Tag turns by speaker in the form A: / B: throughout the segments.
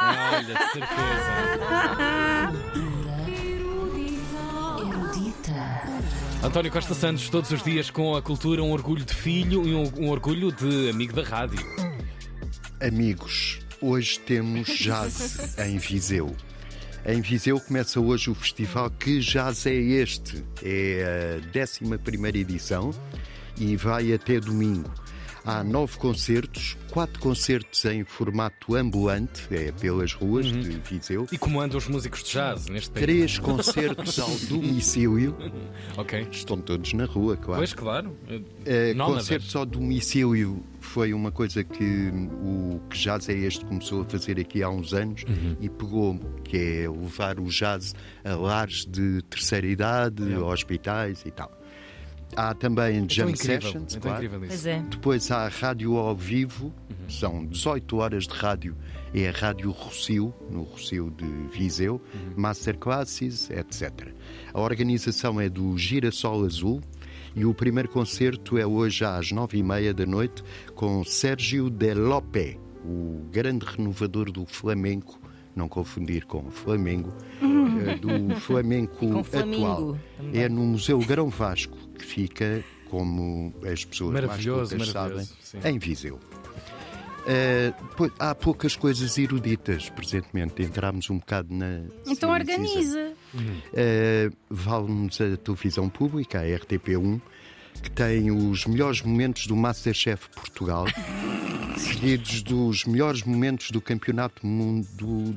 A: Olha, de certeza.
B: Erudita.
A: António Costa Santos, todos os dias com a cultura, um orgulho de filho e um, um orgulho de amigo da rádio.
C: Amigos, hoje temos jazz em Viseu. Em Viseu começa hoje o festival Que Jazz é Este? É a 11 edição e vai até domingo. Há nove concertos, quatro concertos em formato ambulante, é pelas ruas de Viseu,
A: E comanda os músicos de jazz neste país.
C: três concertos ao domicílio,
A: Ok.
C: estão todos na rua, claro.
A: Pois, claro.
C: Eh,
A: Nómadas.
C: concertos ao domicílio foi uma coisa que o que jazz é este começou a fazer aqui há uns anos
A: Uhum.
C: e pegou, que é levar o jazz a lares de terceira idade, hospitais e tal. Há também
A: É. Tão
C: jam
A: incrível.
C: sessions,
A: é tão
C: claro.
A: incrível
B: Pois
A: isso.
B: é.
C: Depois há a rádio ao vivo, são 18 horas de rádio, é a Rádio Rocio, no Rocio de Viseu, masterclasses, etc. A organização é do Girassol Azul e o primeiro concerto é hoje às 9h30 da noite com Sérgio De Lopé, o grande renovador do flamenco, não confundir com o Flamengo, eh, do flamenco
B: com o
C: atual.
B: Flamingo também.
C: É no Museu Grão Vasco, que fica, como as pessoas
A: Maravilhoso,
C: mais cultas
A: maravilhoso,
C: sabem,
A: sim.
C: em Viseu. Eh, pois, há poucas coisas eruditas presentemente, entramos um bocado na.
D: Então
C: civilização.
D: organiza.
C: Eh, Vale-nos a televisão pública, a RTP1, que tem os melhores momentos do Masterchef Portugal, seguidos dos melhores momentos do Campeonato Mundo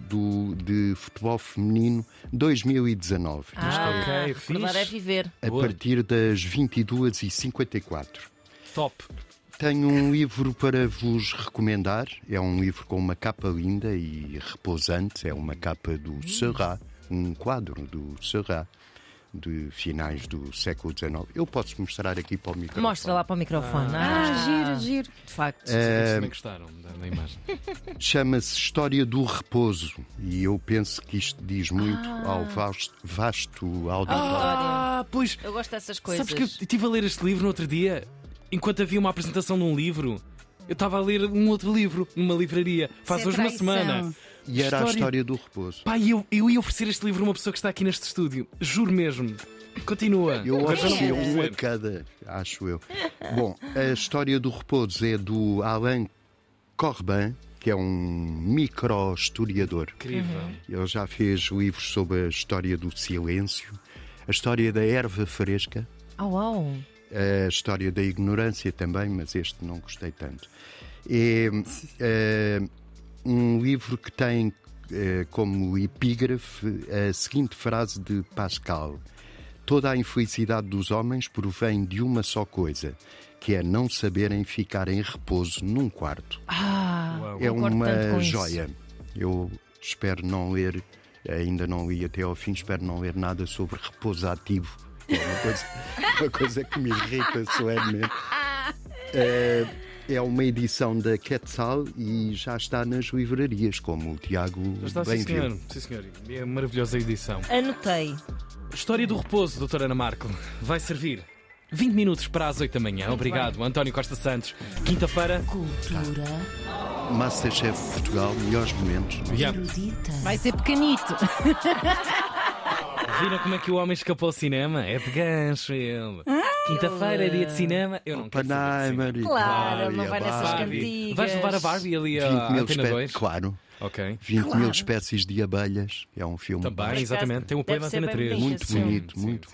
C: do, de Futebol Feminino 2019.
D: Ah.
A: ok,
B: Ah, recordar
A: fixe.
B: é viver.
C: A
A: Boa.
C: partir das 22h54.
A: Top.
C: Tenho um livro para vos recomendar. É um livro com uma capa linda e repousante. É uma capa do Seurat, um quadro do Seurat, de finais do século XIX. Eu posso mostrar aqui para o
A: Então,
C: microfone.
B: Mostra lá para o microfone.
D: Ah, giro,
B: giro.
D: giro.
B: De facto.
C: Ehm,
A: Vocês também gostaram da, da imagem.
C: Chama-se História do Repouso. E eu penso que isto diz muito ao vasto, vasto auditório.
A: Ah, pois.
B: Eu gosto dessas coisas.
A: Sabes que eu estive a ler este livro no outro dia, enquanto havia uma apresentação de um livro. Eu estava a ler um outro livro numa livraria, faz
D: Isso é
A: hoje uma
D: traição.
A: semana.
C: E era a História do Repouso.
A: Pá, eu, eu ia oferecer este livro a uma pessoa que está aqui neste estúdio. Juro mesmo. Continua.
C: Eu
A: Mas
C: acho
A: já
C: que é
A: não vou
C: um a
A: dizer.
C: cada, acho eu. Bom, a história do repouso é do Alain Corbin, que é um micro-historiador.
A: Incrível.
C: Ele já fez livros sobre a história do silêncio, a história da erva fresca,
B: Ah, uau.
C: a história da ignorância também, mas este não gostei tanto. É, é, um livro que tem eh, como epígrafe a seguinte frase de Pascal: Toda a infelicidade dos homens provém de uma só coisa, que é não saberem ficar em repouso num quarto.
B: Ah,
A: Uau.
C: é
B: concordo tanto com
C: uma
B: isso.
C: joia. Eu espero não ler, ainda não li até ao fim, espero não ler nada sobre repouso ativo. É uma coisa, uma coisa que me irrita solenemente. É, é uma edição da Quetzal e já está nas livrarias, como o Tiago
A: Já está,
C: bem
A: sim, senhor.
C: viu.
A: Sim, senhor. É maravilhosa a edição.
B: Anotei.
A: História do repouso, doutora Ana Marco. Vai servir. 20 minutos para as 8 da manhã. Obrigado, António Costa Santos. Quinta-feira.
B: Cultura
C: Masterchef Portugal, melhores momentos.
A: Yeah.
B: erudita.
D: Vai ser pequenito.
A: Viram como é que o homem escapou ao cinema? É de gancho ele.
B: Ah,
A: Quinta-feira,
B: é
A: dia de cinema. Eu não quero saber de cinema.
C: Panaima,
B: Claro, não vai nessas
C: Barbie,
A: Barbie. Vais levar a Barbie ali
C: 20
A: à
C: mil
A: Antena 2?
C: espécies, claro,
A: Ok.
C: 20 mil espécies de abelhas. É um filme
A: Também, exatamente. Tem um apoio da
B: Deve ser
A: Antena
B: bem
A: 3.
B: bonito.
C: muito
B: Sim,
C: bonito,
A: sim,
C: muito